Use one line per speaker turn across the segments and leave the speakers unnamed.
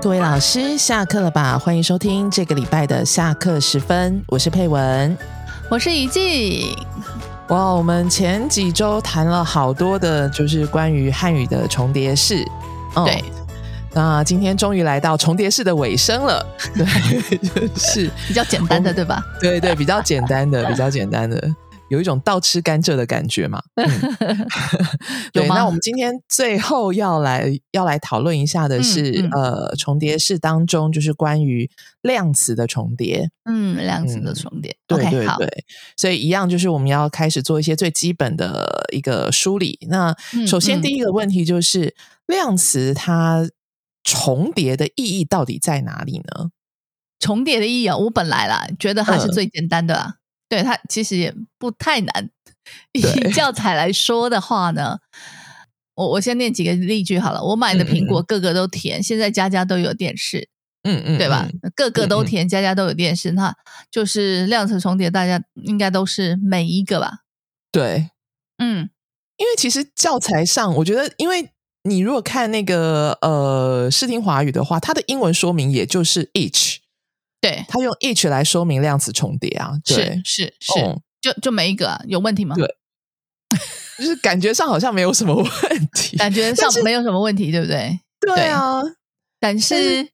各位老师，下课了吧？欢迎收听这个礼拜的下课时分，我是佩文。
我是怡静。
哇，我们前几周谈了好多的，就是关于汉语的重叠式。嗯
对，
那今天终于来到重叠式的尾声了。对， 就是
比较简单的，对吧？
对对，比较简单的，比较简单的，有一种倒吃甘蔗的感觉嘛。 嗯、对，
有吗
那我们今天最后要来要来讨论一下的是，
嗯嗯
呃，重叠式当中就是关于量词的重叠。
嗯，量子
嗯
的重叠。
对
OK，
对
好，
对，所以一样就是我们要开始做一些最基本的一个梳理。那
嗯
首先
嗯
第一个问题就是、量词它重叠的意义到底在哪里呢？
重叠的意义啊，我本来啦觉得它是
嗯
最简单的啦，对它其实也不太难。以
对
教材来说的话呢，我我先念几个例句好了。我买的苹果个个都甜，现在家家都有电视，
嗯嗯，
对吧
嗯？
个个
嗯
都
嗯
甜，家家都有电视，那就是量子重叠，大家应该都是每一个吧？
对，
嗯，
因为其实教材上，我觉得，因为你如果看那个呃视听华语的话，它的英文说明也就是 each，
对，
它用 each 来说明量词重叠啊，
是
对，
是是，
哦
就就每一个、啊、有问题吗？
对就是感觉上好像没有什么问题，
感觉上没有什么问题，对不对？
对啊，
但是，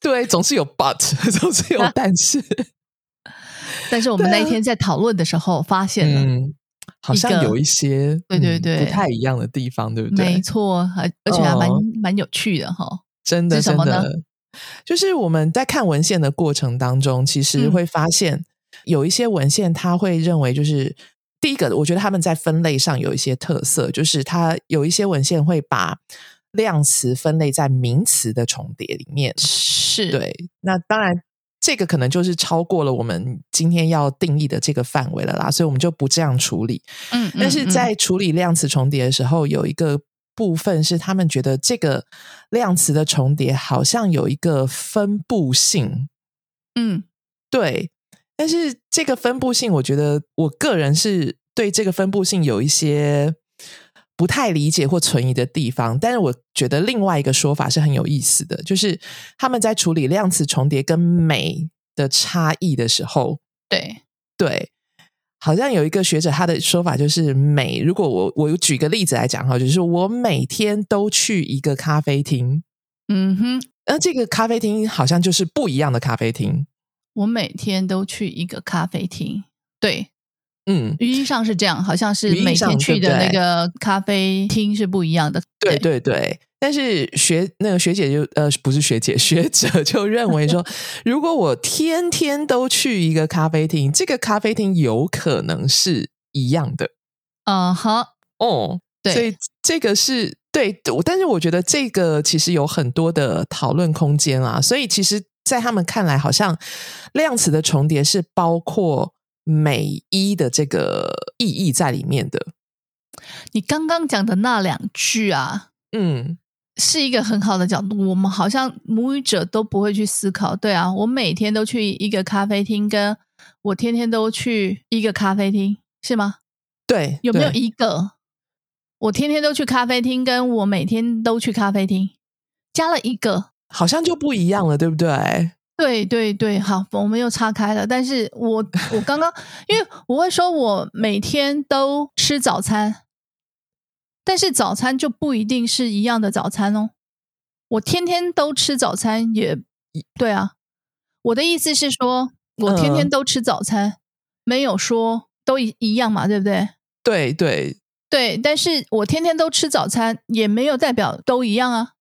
对，总是有 but，总 是有但是，
但是我们
对啊
那一天在讨论的时候发现了，
嗯，好像有一些
对对
嗯
对
不太一样的地方，对不对
没？错，还而且还蛮、
哦
蛮有趣的哈。
真的
是什
真
么呢
的，就是我们在看文献的过程当中，其实
嗯
会发现有一些文献，他会认为就是。第一个，我觉得他们在分类上有一些特色，就是它有一些文献会把量词分类在名词的重叠里面。
是，
对，那当然，这个可能就是超过了我们今天要定义的这个范围了啦，所以我们就不这样处理。
嗯，
但是
嗯嗯
在处理量词重叠的时候，有一个部分是他们觉得这个量词的重叠好像有一个分布性，
嗯
对。但是这个分布性，我觉得我个人是对这个分布性有一些不太理解或存疑的地方。但是我觉得另外一个说法是很有意思的，就是他们在处理量词重叠跟美的差异的时候，
对，
对，好像有一个学者他的说法就是每，如果我我举个例子来讲哈，就是我每天都去一个咖啡厅，
嗯哼，
那这个咖啡厅好像就是不一样的咖啡厅，
我每天都去一个咖啡厅，对，
嗯，
语义上是这样，好像是
语义
每
上
天去的
对
那
不对
个咖啡厅是不一样的，
对对对。但是学那个学姐就呃不是学姐 学者就认为说，如果我天天都去一个咖啡厅，这个咖啡厅有可能是一样的
嗯哼，
哦。
对，
所以这个是对，我但是我觉得这个其实有很多的讨论空间啊。所以其实，在他们看来，好像量词的重叠是包括每一的这个意义在里面的。
你刚刚讲的那两句啊，
嗯，
是一个很好的角度。我们好像母语者都不会去思考。对啊，我每天都去一个咖啡厅，跟我天天都去一个咖啡厅，是吗？
对，
有没有
对
一个？我天天都去咖啡厅，跟我每天都去咖啡厅，加了一个。
好像就不一样了，对不对？
对对对，好，我们又岔开了。但是我我刚刚，因为我会说，我每天都吃早餐，但是早餐就不一定是一样的早餐哦。我天天都吃早餐也对啊。我的意思是说，我天天
嗯
都吃早餐，没有说都一一样嘛，对不对？
对对
对，但是我天天都吃早餐，也没有代表都一样啊。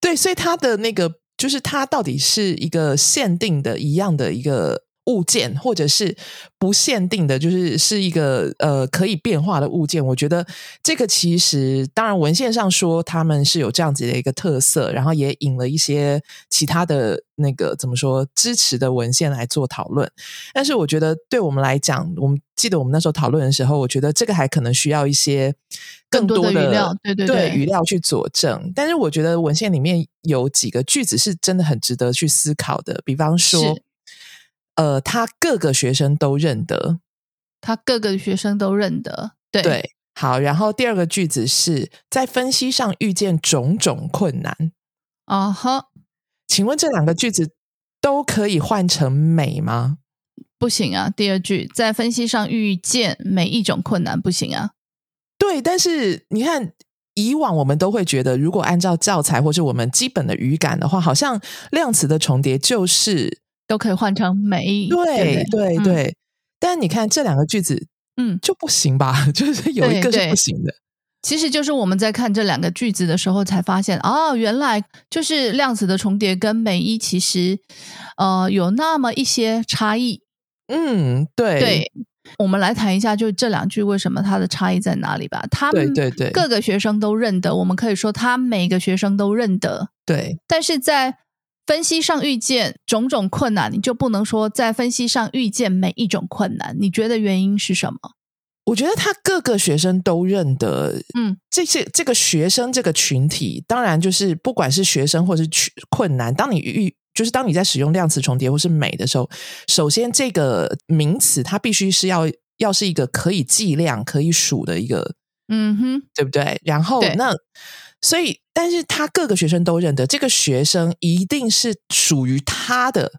对，所以它的那个就是它到底是一个限定的一样的一个。物件，或者是不限定的，就是是一个呃可以变化的物件。我觉得这个其实，当然文献上说他们是有这样子的一个特色，然后也引了一些其他的那个怎么说支持的文献来做讨论。但是我觉得对我们来讲，我们记得我们那时候讨论的时候，我觉得这个还可能需要一些更
更
的
多的语料对对对
语料去佐证。但是我觉得文献里面有几个句子是真的很值得去思考的，比方说
是。
呃，他各个学生都认得，
他各个学生都认得，对
对，好。然后第二个句子是在分析上遇见种种困难，
啊哈，
请问这两个句子都可以换成美吗？
不行啊。第二句，在分析上遇见每一种困难，不行啊。
对，但是你看，以往我们都会觉得，如果按照教材或是我们基本的语感的话，好像量词的重叠就是
都可以换成每一
对
不
对
嗯
对。但你看这两个句子
嗯，
就不行吧？ 就是有一
对
个是
对
不行的。
其实就是我们在看这两个句子的时候，才发现哦，原来就是量子的重叠跟美一其实呃有那么一些差异。
嗯，对
对，我们来谈一下，就这两句为什么它的差异在哪里吧。他
对
们
对对
各个学生都认得，我们可以说他每个学生都认得，
对
但是在分析上遇见种种困难，你就不能说在分析上遇见每一种困难。你觉得原因是什么？
我觉得他各个学生都认得，
嗯，
这些这个学生这个群体，当然就是不管是学生或是群困难，当你遇就是当你在使用量词重叠或是美的时候，首先这个名词它必须是要要是一个可以计量、可以数的一个，
嗯哼，
对不对？然后
对
那所以，但是他各个学生都认得，这个学生一定是属于他的，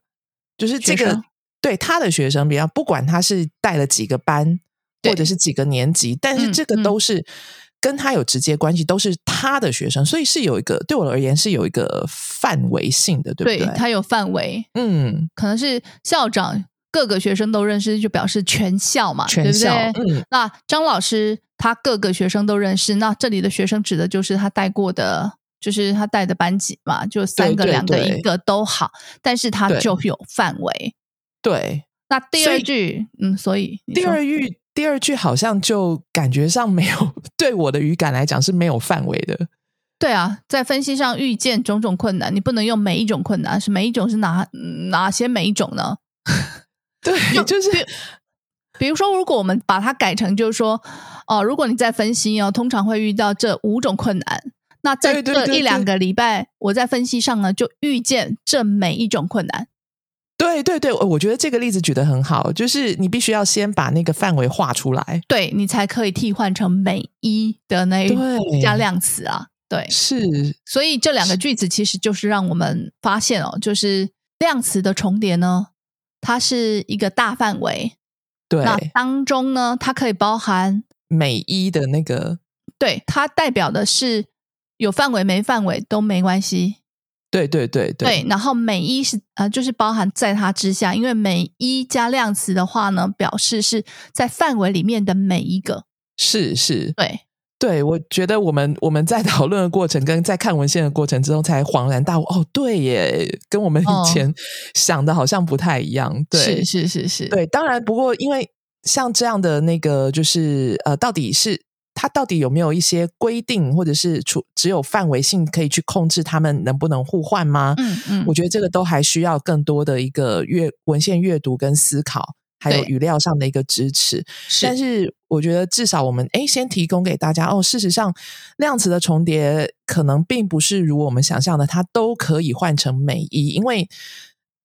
就是这
学
个
生
对他的学生，比方不管他是带了几个班，
对
或者是几个年级，但是
嗯
这个都是跟他有直接关系，都是他的学生，所以是有一个对我而言是有一个范围性的，对不对？
它有范围，
嗯，
可能是校长各个学生都认识，就表示全校嘛，
全校，
啊对不对？
嗯，
那张老师他各个学生都认识，那这里的学生指的就是他带过的，就是他带的班级嘛，就三个、
对对
两个、
对
一个都好，但是他
对
就有范围。
对。
那第
所
二
以
句，嗯，所以你
第
说
二句，第二句好像就感觉上没有 对我的语感来讲是没有范围的，
对啊，在分析上遇见种种困难，你不能用每一种困难，是每一种是哪嗯哪些每一种呢？
对，就是
比如说，如果我们把它改成就是说，哦、如果你在分析哦，通常会遇到这五种困难。那在
对对
这
对
一两
对
个礼拜，我在分析上呢，就遇见这每一种困难。
对对对，我我觉得这个例子举得很好，就是你必须要先把那个范围画出来。
对你才可以替换成每一的那
对
一加量词啊。对，
是，
所以这两个句子其实就是让我们发现哦，就是量词的重叠呢，它是一个大范围。
对，
那当中呢，它可以包含
美一的那个，
对它代表的是有范围没范围都没关系。
对对对对，
然后每一是呃，就是包含在它之下，因为每一加量词的话呢，表示是在范围里面的每一个。
是是，
对，
对我觉得我们我们在讨论的过程跟在看文献的过程之中才恍然大悟，哦，对耶，跟我们
哦
以前想的好像不太一样，对，
是是是是，
对，当然，不过因为像这样的那个，就是呃，到底是它到底有没有一些规定，或者是除只有范围性可以去控制他们能不能互换吗？
嗯嗯
我觉得这个都还需要更多的一个阅文献阅读跟思考，还有
对
语料上的一个支持。
是
但是我觉得至少我们诶先提供给大家哦，事实上量词的重叠可能并不是如我们想象的，它都可以换成美一，因为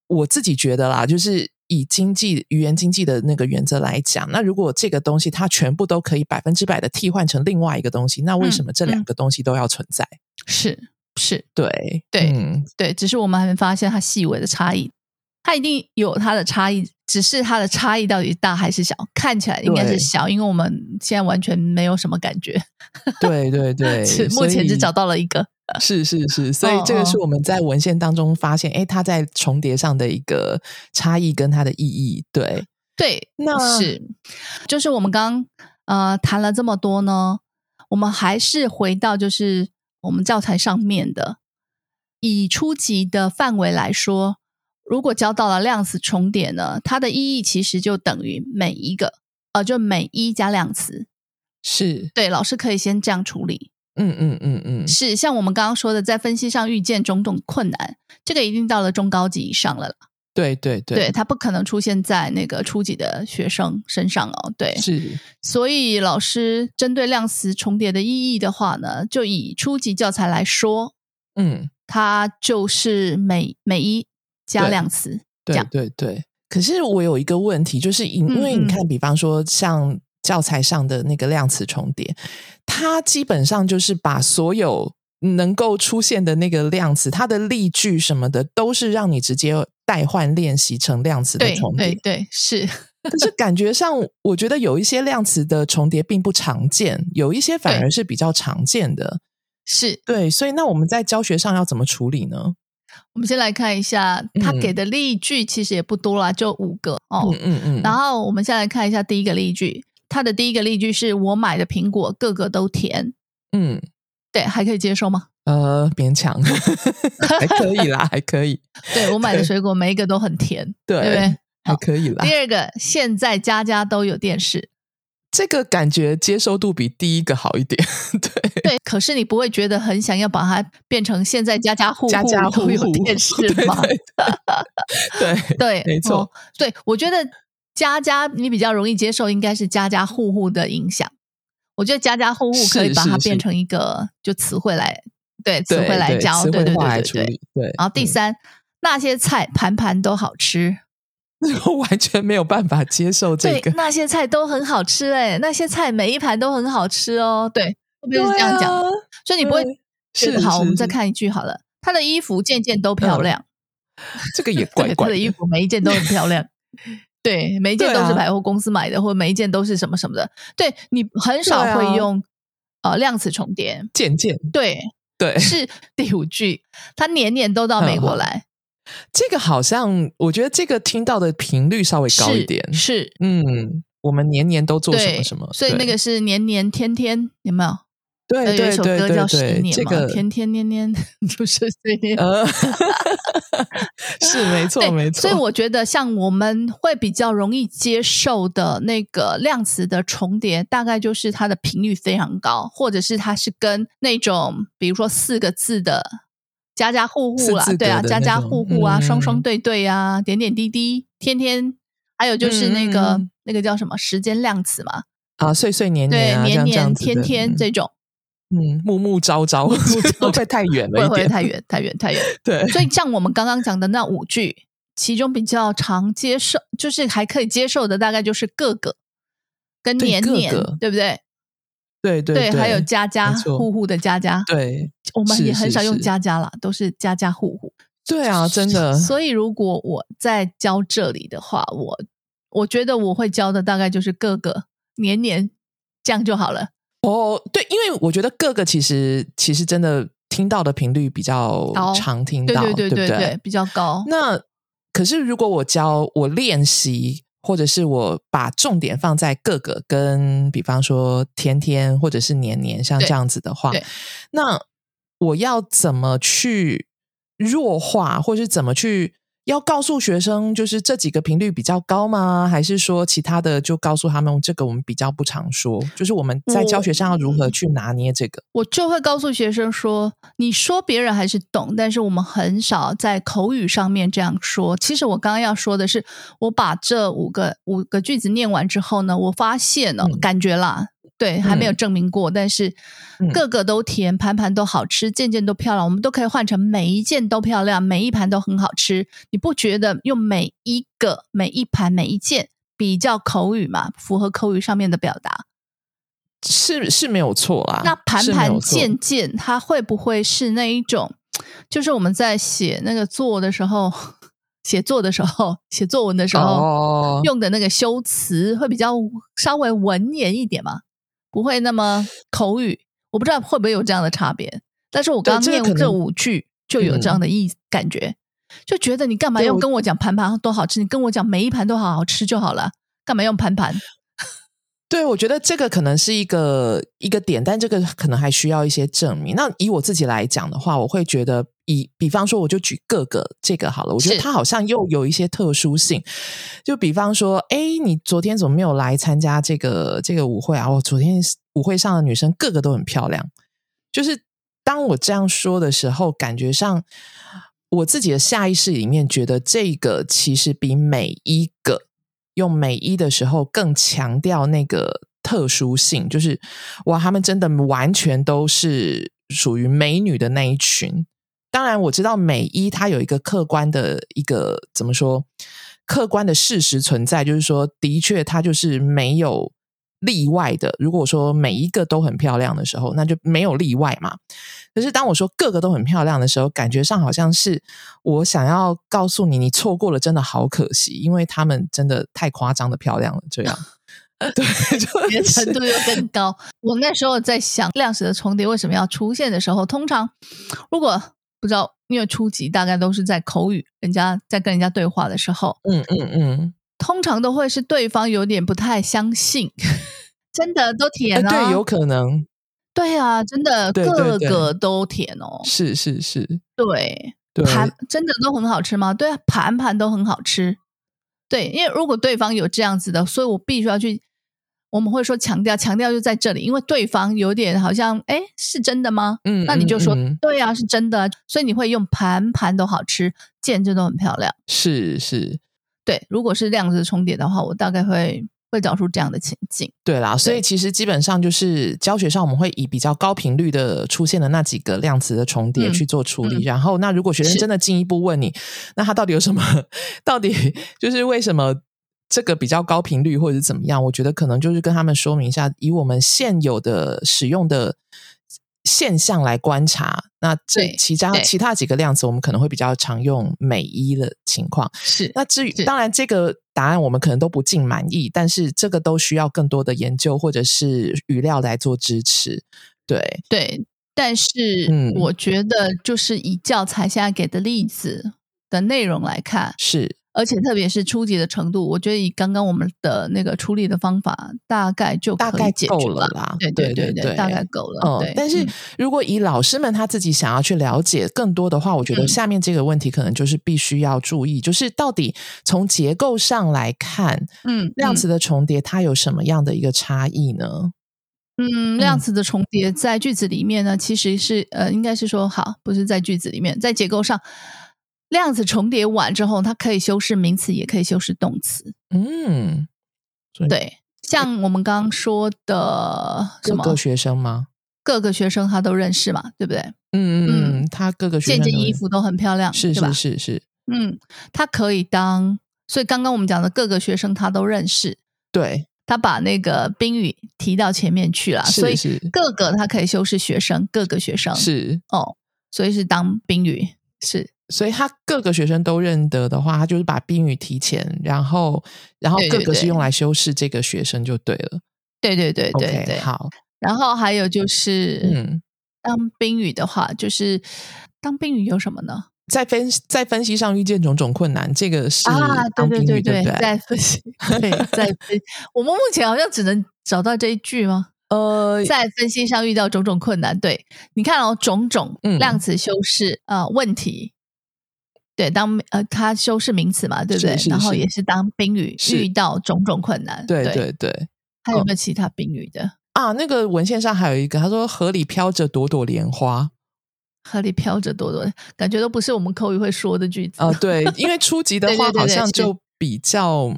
我自己觉得啦，就是。以经济语言经济的那个原则来讲，那如果这个东西它全部都可以百分之百的替换成另外一个东西，那为什么这两
嗯
个东西都要存在？
是是，
对
对
嗯
对，只是我们还没发现它细微的差异，它一定有它的差异，只是它的差异到底大还是小，看起来应该
对
是小，因为我们现在完全没有什么感觉，
对对对，
是目
所
前只
以
找到了一个，
是是是，所以
哦
这个是
哦
我们在文献当中发现，哎、它在重叠上的一个差异跟它的意义。对，
对，
那
是，就是我们刚呃谈了这么多呢，我们还是回到就是我们教材上面的，以初级的范围来说，如果教到了量词重叠呢，它的意义其实就等于每一个呃，就每一加量词。
是，
对，老师可以先这样处理。
嗯嗯嗯嗯，
是像我们刚刚说的，在分析上遇见种种困难，这个一定到了中高级以上了啦。
对对
对，，它不可能出现在那个初级的学生身上哦。对，
是，
所以，老师针对量词重叠的意义的话呢，就以初级教材来说，
嗯，
它就是每每一加
对
量词。这
对
样
对对。可是我有一个问题，就是因
嗯
因为你
嗯
看，比方说像教材上的那个量词重叠，它基本上就是把所有能够出现的那个量词，它的例句什么的，都是让你直接代换练习成量词的
对
重
对
叠。
对，是
但是感觉上，我觉得有一些量词的重叠并不常见，有一些反
对
而是比较常见的。
是。
对，所以那我们在教学上要怎么处理呢？
我们先来看一下他
嗯
给的例句，其实也不多啦，就五个哦。
嗯嗯嗯，
然后我们先来看一下第一个例句，它的第一个例句是我买的苹果个个都甜，
嗯
对，还可以接受吗？
呃，勉强 还可以啦，还可以，
对我买的水果每一个都很甜，
对，
对不对？
还可以啦
第。二个，现在家家都有电 视，
这个感觉接受度比第一个好一 点，对。
对，可是你不会觉得很想要把它变成现在家家户户
家家户户
都有电视吗？
对对对对
对，
没错
哦对，我觉得家家你比较容易接受，应该是家家户户的影响。我觉得家家户户可以
是
把它
是是
变成一个就词汇来，对，词
对
汇来
对
教，
词
对
汇
对
化
对
来
对
处
对。
理。对，
然后第
嗯，
三，那些菜盘盘都好吃，
我 完全没有办法接受这个
对，。那些菜都很好吃、欸，哎，那些菜每一盘都很好吃哦，对，会不会是这样讲？
对啊
所以你不会
对
觉得
是
好，我
是
们再
是
看一句好了。她的衣服件件都漂亮，
这个也
对，
怪
她
怪
的衣服每一件都很 漂亮，对，每一件
对
都是
啊
百货公司买的，或者每一件都是什么什么的。对你很少
对啊嗯
会用、呃量词重叠，
渐渐
对，
对，
是第五句，她年年都到美
嗯
国
嗯
来，
这个好像我觉得这个听到的频率稍微高一
是
点。
是，
嗯，我们年年都做什
对
么什么，
所以那
对
个是年年天天有没有？呃
对
有一
对
首
对
歌
对
叫《十
对，
年
这》
嘛，
个
天天年年 就是这些。
呃， 是没错
对，
没错，
所以我觉得像我们会比较容易接受的那个量词的重叠，大概就是它的频率非常高，或者是它是跟那种比如说四个字的家家户户啦
四字，
对啊，
格的
家家
那种
户户啊，
嗯
双双对对啊，点点滴滴，天天，还有就是那个、
嗯嗯嗯
那个叫什么时间量词嘛，
啊，岁岁年
对，
年啊，这样
年
这
年
样子
天
的
天
嗯
这种，
嗯，暮暮朝朝， 会不会太远了
会
一
不会
点？
太远太远太远？
对，
所以像我们刚刚讲的那五句，其中比较常接受，就是还可以接受的，大概就是各个跟
对
年
各
年，
个
对不对？
对对对，
还有家家
没错
户户的家家，
对
我们
是
也很
是
少用
是
家家啦，都是家家户户。
对啊，真的，
所以如果我在教这里的话，我我觉得我会教的大概就是各个年年，这样就好了。
哦，对，因为我觉得各个其实其实真的听到的频率比较
高
常听
对
到，
对对
不
对对，比较高。
那可是如果我教我练习，或者是我把重点放在各个跟，比方说天天或者是年年像
对
这样子的话
对，
那我要怎么去弱化，或是怎么去？要告诉学生，就是这几个频率比较高吗？还是说其他的就告诉他们，这个我们比较不常说，就是我们在教学上要如
嗯
何去拿捏这个？
我就会告诉学生说：“你说别人还是懂，但是我们很少在口语上面这样说。其实我刚刚要说的是，我把这五个五个句子念完之后呢，我发现哦，
嗯
感觉啦，对，还没有证明过，但是
嗯
个个都甜，盘盘都好吃，件件都漂亮，我们都可以换成每一件都漂亮，每一盘都很好吃。你不觉得用每一个、每一盘、每一件比较口语嘛，符合口语上面的表达？”
是是没有错啦。
那盘
啊是没
盘
有错
件件，它会不会是那一种？就是我们在写那个作的时候， 写作的时候，写作文的时候、
哦，
用的那个修辞，会比较稍微文言一点嘛，不会那么口语。我不知道会不会有这样的差别，但是我
对
刚
这个
念
可能嗯
这五句就有这样的意、感觉，就觉得你干嘛
对
用
我
跟我讲盘盘多好吃？你跟我讲每一盘都好好吃就好了，干嘛用盘盘？
对，我觉得这个可能是一个一个点，但这个可能还需要一些证明。那以我自己来讲的话，我会觉得以比方说，我就举各个这个好了，我觉得
是
它好像又有一些特殊性。就比方说，哎，你昨天怎么没有来参加这个这个舞会啊？我昨天舞会上的女生个个都很漂亮。就是当我这样说的时候，感觉上我自己的下意识里面觉得这个其实比每一个用每一的时候更强调那个特殊性，就是哇，他们真的完全都是属于美女的那一群。当然，我知道美一它有一个客观的一个怎么说，客观的事实存在，就是说，的确它就是没有例外的。如果说每一个都很漂亮的时候，那就没有例外嘛。可是当我说个个都很漂亮的时候，感觉上好像是我想要告诉你，你错过了真的好可惜，因为他们真的太夸张的漂亮了。这 样，对，
你的
就
程
是
度又更高。我那时候在想，量子的重叠为什么要出现的时候，通常如果不知道，因为初级大概都是在口语，人家在跟人家对话的时候，
嗯嗯嗯，
通常都会是对方有点不太相信，真的都
哎、
甜啊，
对，有可能
对啊，真的
对对
个
对
个都甜哦，
是是是，
对，
对，
盘真的都很好吃吗？对啊，盘盘都很好吃。对，因为如果对方有这样子的，所以我必须要去，我们会说强调，强调就在这里，因为对方有点好像，哎，是真的吗？
嗯，
那你就说，
嗯嗯
对啊，是真的啊，所以你会用盘盘都好吃，见这都很漂亮。
是是，
对，如果是量子重叠的话，我大概会会找出这样的情境。
对啦，所以
对
其实基本上就是教学上，我们会以比较高频率的出现的那几个量词的重叠
嗯
去做处理。
嗯
然后，那如果学生
是
真的进一步问你，那他到底有什么？ 到底就是为什么这个比较高频率，或者是怎么样？我觉得可能就是跟他们说明一下，以我们现有的使用的现象来观察。那这
对
其他
对
其他几个量词，我们可能会比较常用美一的情况。
是
那至于
是
当然，这个答案我们可能都不尽满意，但是这个都需要更多的研究或者是语料来做支持。对，
对，但是
嗯
我觉得就是以教材现在给的例子的内容来看，
是，
而且特别是初级的程度，我觉得以刚刚我们的那个处理的方法，大概就
大
可以
概
解
够
决
了啦
对
对
对
对对
大概够了。
嗯
对，，
但是
嗯
如果以老师们他自己想要去了解更多的话，我觉得
嗯
下面这个问题可能就是必须要注意，就是到底从结构上来看，
嗯，
量
嗯
词的重叠它有什么样的一个差异呢？
嗯，量词的重叠在句子里面呢，其实是呃，应该是说好，不是在句子里面，在结构上，量子重叠完之后，它可以修饰名词，也可以修饰动词。
嗯，
对，像我们刚刚说的什
各
么，
个学生吗？
各个学生他都认识嘛，对不对？
嗯嗯
嗯
嗯，他各个学
这
生
件
都
衣服都很漂亮，
是
对吧
是？是是，
嗯，他可以当，所以刚刚我们讲的各个学生他都认识，
对，
他把那个宾语提到前面去了，啊所
是
以
是
各个他可以修饰学生，各个学生
是。
哦，所以是当宾语是
所以他各个学生都认得的话，他就是把宾语提前，然后然后
对
各
对
个是
对
用来修饰这个学生就对了。
对对对对
OK，
对。
好，
然后还有就是、
嗯，
当宾语的话，就是当宾语有什么呢？
在分在分析上遇见种种困难，这个是
啊，对
当宾
对
语
对
对不对？
在分析， 对，在 分，我们目前好像只能找到这一句吗？
呃，
在分析上遇到种种困难，对，你看哦，种种
嗯
量词修饰、呃问题，对，当呃它修饰名词嘛，对不
是
对？
是
然后
是
也是当宾语，
是
遇到种种困难，
对
对
对对
还有没有其他宾语的？
啊，那个文献上还有一个，他说河里飘着朵朵莲 花。
河里飘着朵朵，感觉都不是我们口语会说的句子。
啊，对，因为初级的
对对
话
对对
好像
是
就比较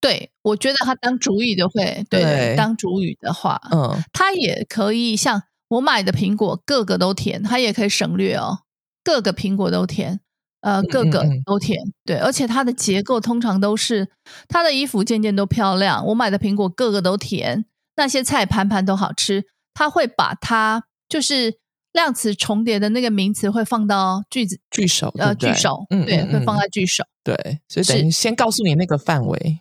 对，我觉得它当主语的会，对，
对
当主语的话，
嗯
它也可以像我买的苹果，个个都甜，它也可以省略哦，各个苹果都甜，呃，个个
嗯
都甜，对，而且它的结构通常都是它的衣服件件都漂亮，我买的苹果个个都甜，那些菜盘盘都好吃，它会把它就是量词重叠的那个名词会放到句子
句首对
呃
不对
句首，
嗯
对，
嗯
会
嗯
放在句首，
对，所以等于先告诉你那个范围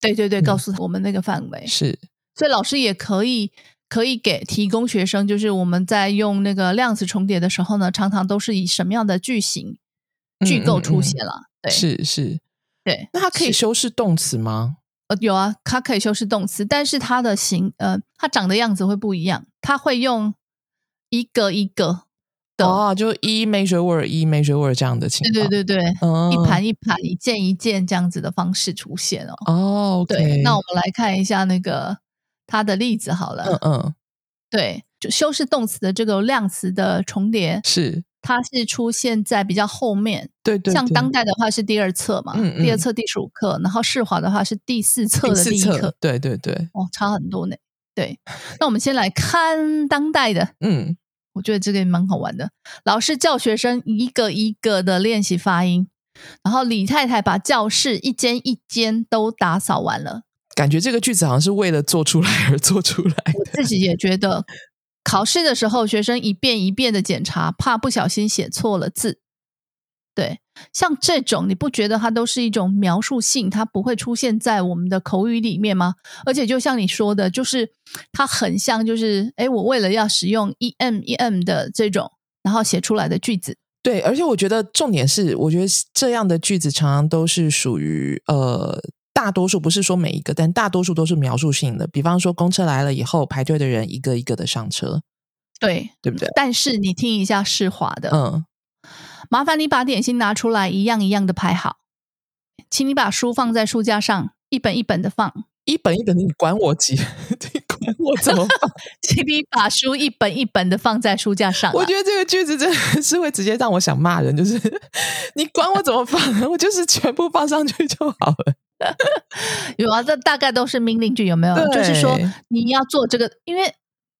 对对对，
嗯
告诉我们那个范围，
是
所以老师也可以可以给提供学生，就是我们在用那个量词重叠的时候呢，常常都是以什么样的句型、
嗯
句构出现
嗯
了？
是是，
对对，
那它可以
是
修饰动词吗？
呃，有啊，它可以修饰动词，但是它的形呃，它长的样子会不一样，它会用一个一个的，
哦，就一 major word 一 major word 这样的情
对
况，
对
对，
对对，
嗯，
一盘一盘、一件一件这样子的方式出现哦。
哦，OK，
对，那我们来看一下那个它的例子好了。
嗯嗯
对，就修饰动词的这个量词的重叠，
是
它是出现在比较后面，
对对，
像
对
当代的话是第二册嘛，
嗯嗯
第二册第十五课，然后世华的话是第四册
第
的
四
第一
册
课，，
对对对，
哦，差很多呢。对，那我们先来看当代的，
嗯
我觉得这个也蛮好玩的。老师教学生一个一个的练习发音，然后李太太把教室一间一间都打扫完了，
感觉这个句子好像是为了做出来而做出来
我
的，
自己也觉得考试的时候，学生一遍一遍的检查，怕不小心写错了字。对，像这种，你不觉得它都是一种描述性，它不会出现在我们的口语里面吗？而且就像你说的，就是它很像，就是哎，我为了要使用 e m e m 的这种，然后写出来的句子。
对，而且我觉得重点是，我觉得这样的句子常常都是属于呃，大多数不是说每一个，但大多数都是描述性的。比方说，公车来了以后，排队的人一个一个的上车，
对，
对不对？
但是你听一下世华的，
嗯，
麻烦你把点心拿出来，一样一样的排好。请你把书放在书架上，一本一本的放。
一本一本的，你管我几， 你管我怎么办？
请你把书一本一本的放在书架上啊、
我觉得这个句子真的是会直接让我想骂人，就是你管我怎么放，我就是全部放上去就好了。
有啊，这大概都是命令句，有没有？
对
就是说你要做这个，因为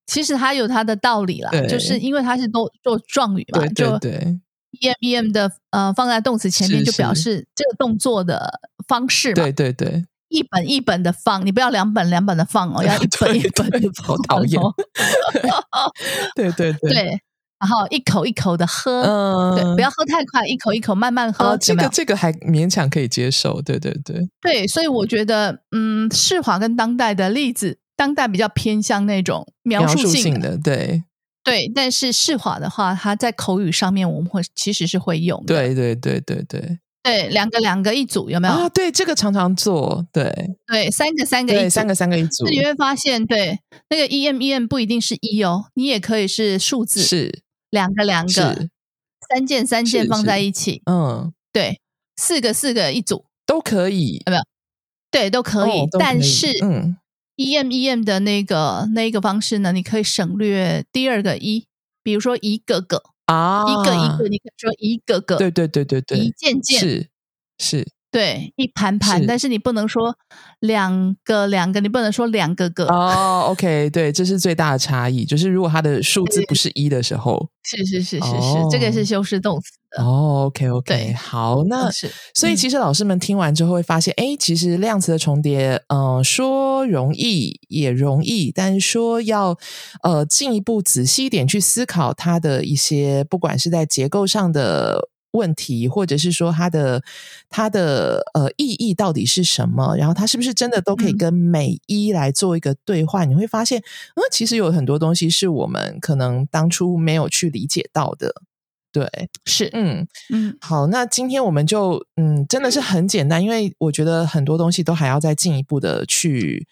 其实它有它的道理啦
对，
就是因为它是都做状语嘛，
对对
就
对
E M E M 的呃放在动词前面，
是
就表示这个动作的方式嘛。
对对对，
一本一本的放，你不要两本两本的放哦，要一本一本的放、哦，
好讨厌对对对，
对，然后一口一口的喝，
嗯，
对，不要喝太快，一口一口慢慢喝，
啊，
有
这
没有
个这个还勉强可以接受，对对对，
对，所以我觉得，嗯，世华跟当代的例子，当代比较偏向那种描述
述
性
性
的，
的，对
对，但是世华的话，它在口语上面我们会其实是会用的，
对对对对对，
对，两个两个一组有没有？
啊，对这个常常做，对
对，三个三个一
对，
组，
三个三个一组
那，你会发现，对那个 e m e m 不一定是一哦，你也可以是数字，
是
两个两个
是，，
三件三件
是
放在
是
一起，
嗯，
对，四个四个一组，
都可以，
对，都可以。
哦都
但
可以
是
嗯，
E M E M 的那个那一个方式呢，你可以省略第二个一，比如说一个个、
啊，
一个一个，，你可以说一个个，
对对对对
一
对，
件件，
是是，
对，一盘盘。
是
但是你不能说两个两个，你不能说两个个，
哦，OK，对，这是最大的差异，就是如果它的数字不是一的时候，
是是是是是，
哦
这个是修饰动词的，
哦，OK OK，
对
好，那
是
所以
嗯
其实老师们听完之后会发现，哎、其实量词的重叠，嗯、说容易也容易，但是说要呃进一步仔细一点去思考它的一些，不管是在结构上的。问题，或者是说它的它的呃意义到底是什么？然后它是不是真的都可以
嗯
跟每一来做一个对话？你会发现，嗯，其实有很多东西是我们可能当初没有去理解到的。对，
是
嗯，
嗯
好，那今天我们就嗯，真的是很简单，因为我觉得很多东西都还要再进一步的去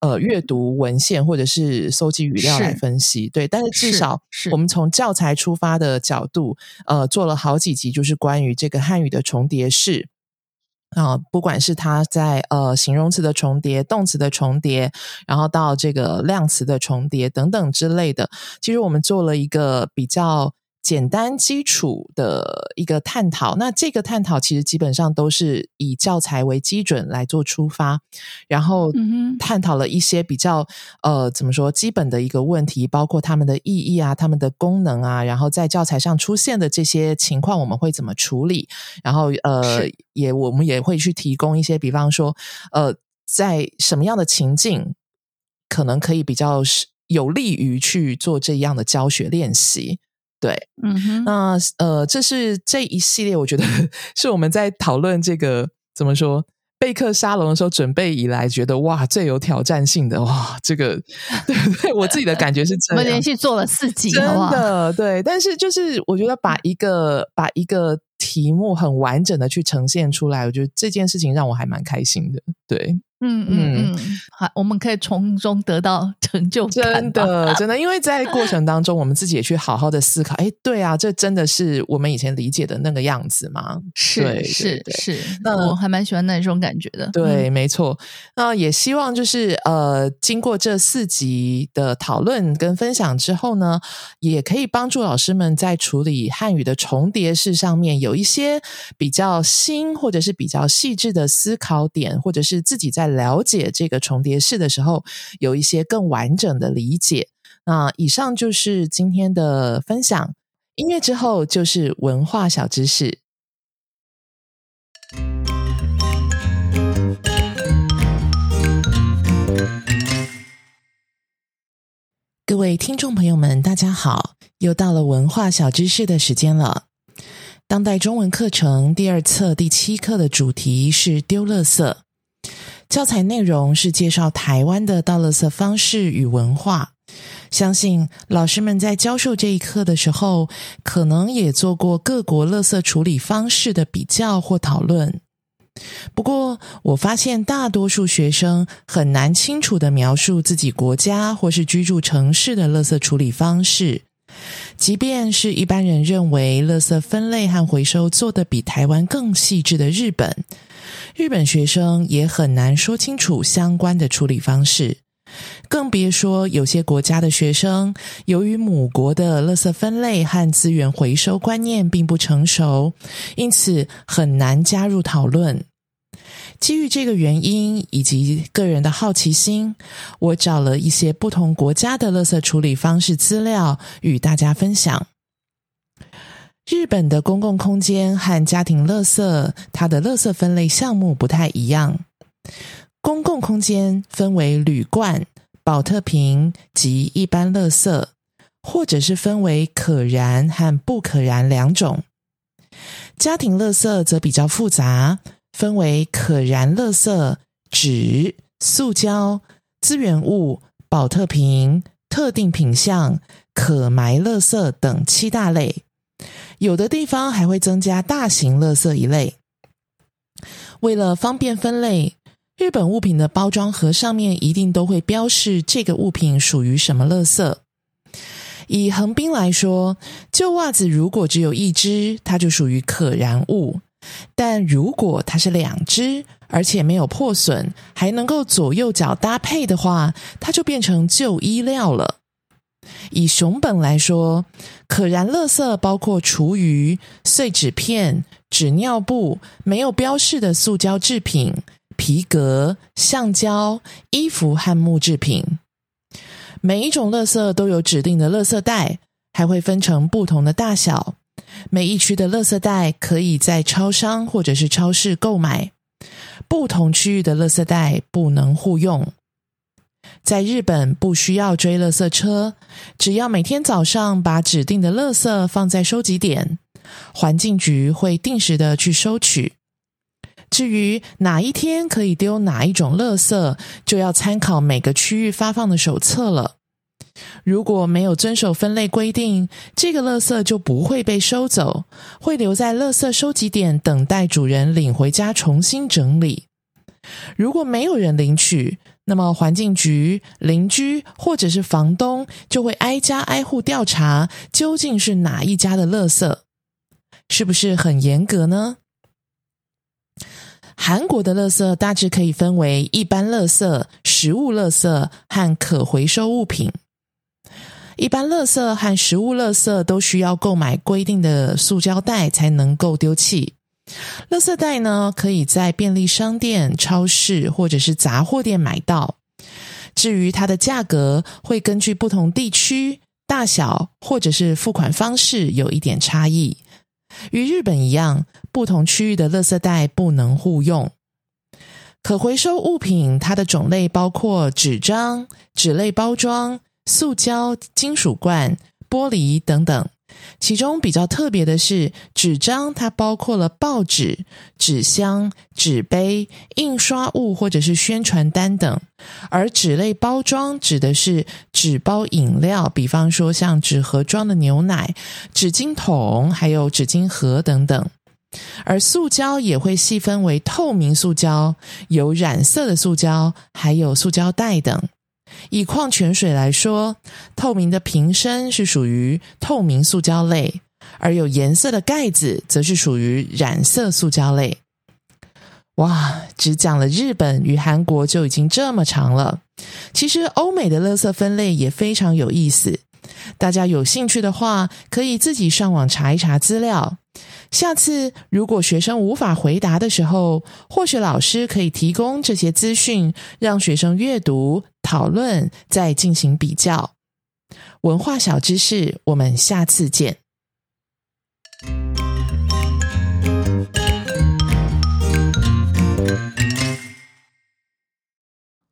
呃阅读文献或者是搜集语料
是
来分析，对。但是至
是
少
是
我们从教材出发的角度，呃，做了好几集，就是关于这个汉语的重叠式。啊、不管是它在呃形容词的重叠、动词的重叠，然后到这个量词的重叠等等之类的，其实我们做了一个比较简单基础的一个探讨。那这个探讨其实基本上都是以教材为基准来做出发，然后
嗯哼
探讨了一些比较呃怎么说基本的一个问题，包括它们的意义啊、它们的功能啊，然后在教材上出现的这些情况，我们会怎么处理？然后呃
是，
也我们也会去提供一些，比方说呃，在什么样的情境可能可以比较是有利于去做这样的教学练习。对，
嗯哼，
那呃，这是这一系列，我觉得 是我们在讨论这个怎么说备课沙龙的时候准备以来，觉得哇最有挑战性的哇，这个 对不对？我自己的感觉是这
我
样，
们连续做了四集，
啊真
好不好？
的对，但是就是我觉得把一个把一个题目很完整的去呈现出来，我觉得这件事情让我还蛮开心的。对，
嗯嗯嗯，还我们可以从中得到成就感，
真的真的，因为在过程当中，我们自己也去好好的思考，哎，对啊，这真的是我们以前理解的那个样子吗？
是
对
是
对
是，
那
我还蛮喜欢那种感觉的。
对，没错。那也希望就是呃，经过这四集的讨论跟分享之后呢，也可以帮助老师们在处理汉语的重叠式上面有一些比较新或者是比较细致的思考点，或者是自己在了解这个重叠式的时候有一些更完整的理解。那以上就是今天的分享。音乐之后就是文化小知识。各位听众朋友们，大家好！又到了文化小知识的时间了。当代中文课程第二册第七课的主题是“丢垃圾”，教材内容是介绍台湾的倒垃圾方式与文化。相信老师们在教授这一课的时候，可能也做过各国垃圾处理方式的比较或讨论。不过，我发现大多数学生很难清楚的描述自己国家或是居住城市的垃圾处理方式。即便是一般人认为垃圾分类和回收做得比台湾更细致的日本，日本学生也很难说清楚相关的处理方式。更别说有些国家的学生，由于母国的垃圾分类和资源回收观念并不成熟，因此很难加入讨论。基于这个原因以及个人的好奇心，我找了一些不同国家的垃圾处理方式资料与大家分享。日本的公共空间和家庭垃圾，它的垃圾分类项目不太一样。公共空间分为铝罐、保特瓶及一般垃圾，或者是分为可燃和不可燃两种。家庭垃圾则比较复杂，分为可燃垃圾、纸、塑胶、资源物、保特瓶、特定品项、可埋垃圾等七大类。有的地方还会增加大型垃圾一类。为了方便分类。日本物品的包装盒上面一定都会标示这个物品属于什么垃圾。以横滨来说，旧袜子如果只有一只，它就属于可燃物；但如果它是两只，而且没有破损，还能够左右脚搭配的话，它就变成旧衣料了。以熊本来说，可燃垃圾包括厨余、碎纸片、纸尿布、没有标示的塑胶制品。皮革、橡胶、衣服和木制品，每一种垃圾都有指定的垃圾袋，还会分成不同的大小。每一区的垃圾袋可以在超商或者是超市购买，不同区域的垃圾袋不能互用。在日本不需要追垃圾车，只要每天早上把指定的垃圾放在收集点，环境局会定时的去收取。至于哪一天可以丢哪一种垃圾，就要参考每个区域发放的手册了。如果没有遵守分类规定，这个垃圾就不会被收走，会留在垃圾收集点等待主人领回家重新整理。如果没有人领取，那么环境局、邻居或者是房东就会挨家挨户调查，究竟是哪一家的垃圾，是不是很严格呢？韩国的垃圾大致可以分为一般垃圾、食物垃圾和可回收物品。一般垃圾和食物垃圾都需要购买规定的塑胶袋才能够丢弃。垃圾袋呢，可以在便利商店、超市或者是杂货店买到。至于它的价格，会根据不同地区、大小或者是付款方式有一点差异。与日本一样，不同区域的垃圾袋不能互用。可回收物品，它的种类包括纸张、纸类包装、塑胶、金属罐、玻璃等等。其中比较特别的是，纸张它包括了报纸、纸箱、纸杯、印刷物或者是宣传单等；而纸类包装指的是纸包饮料，比方说像纸盒装的牛奶、纸巾桶，还有纸巾盒等等。而塑胶也会细分为透明塑胶、有染色的塑胶，还有塑胶袋等。以矿泉水来说，透明的瓶身是属于透明塑胶类，而有颜色的盖子则是属于染色塑胶类。哇，只讲了日本与韩国就已经这么长了。其实欧美的垃圾分类也非常有意思，大家有兴趣的话，可以自己上网查一查资料。下次如果学生无法回答的时候，或许老师可以提供这些资讯，让学生阅读、讨论，再进行比较。文化小知识，我们下次见。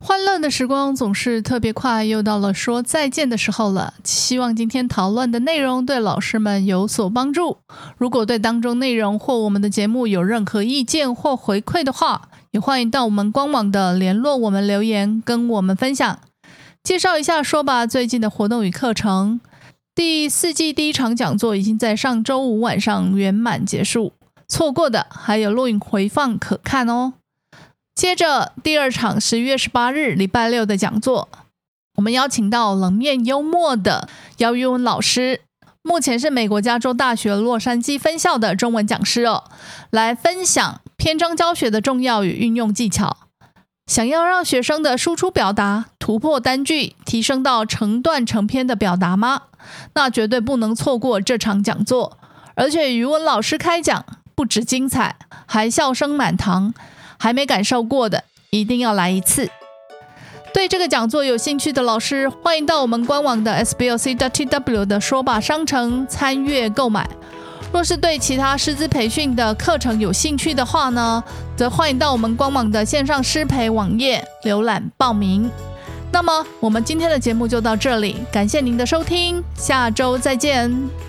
欢乐的时光总是特别快，又到了说再见的时候了。希望今天讨论的内容对老师们有所帮助。如果对当中内容或我们的节目有任何意见或回馈的话，也欢迎到我们官网的联络我们留言跟我们分享。介绍一下说吧最近的活动与课程。第四季第一场讲座已经在上周五晚上圆满结束，错过的还有录影回放可看哦。接着第二场十月十八日礼拜六的讲座，我们邀请到冷面幽默的姚玉文老师，目前是美国加州大学洛杉矶分校的中文讲师哦，来分享篇章教学的重要与运用技巧。想要让学生的输出表达突破单句，提升到成段成篇的表达吗？那绝对不能错过这场讲座。而且语文老师开讲不止精彩，还笑声满堂，还没感受过的一定要来一次。对这个讲座有兴趣的老师，欢迎到我们官网的 sblc.tw 的说吧商城参阅购买。若是对其他师资培训的课程有兴趣的话呢，则欢迎到我们官网的线上师培网页浏览报名。那么，我们今天的节目就到这里，感谢您的收听，下周再见。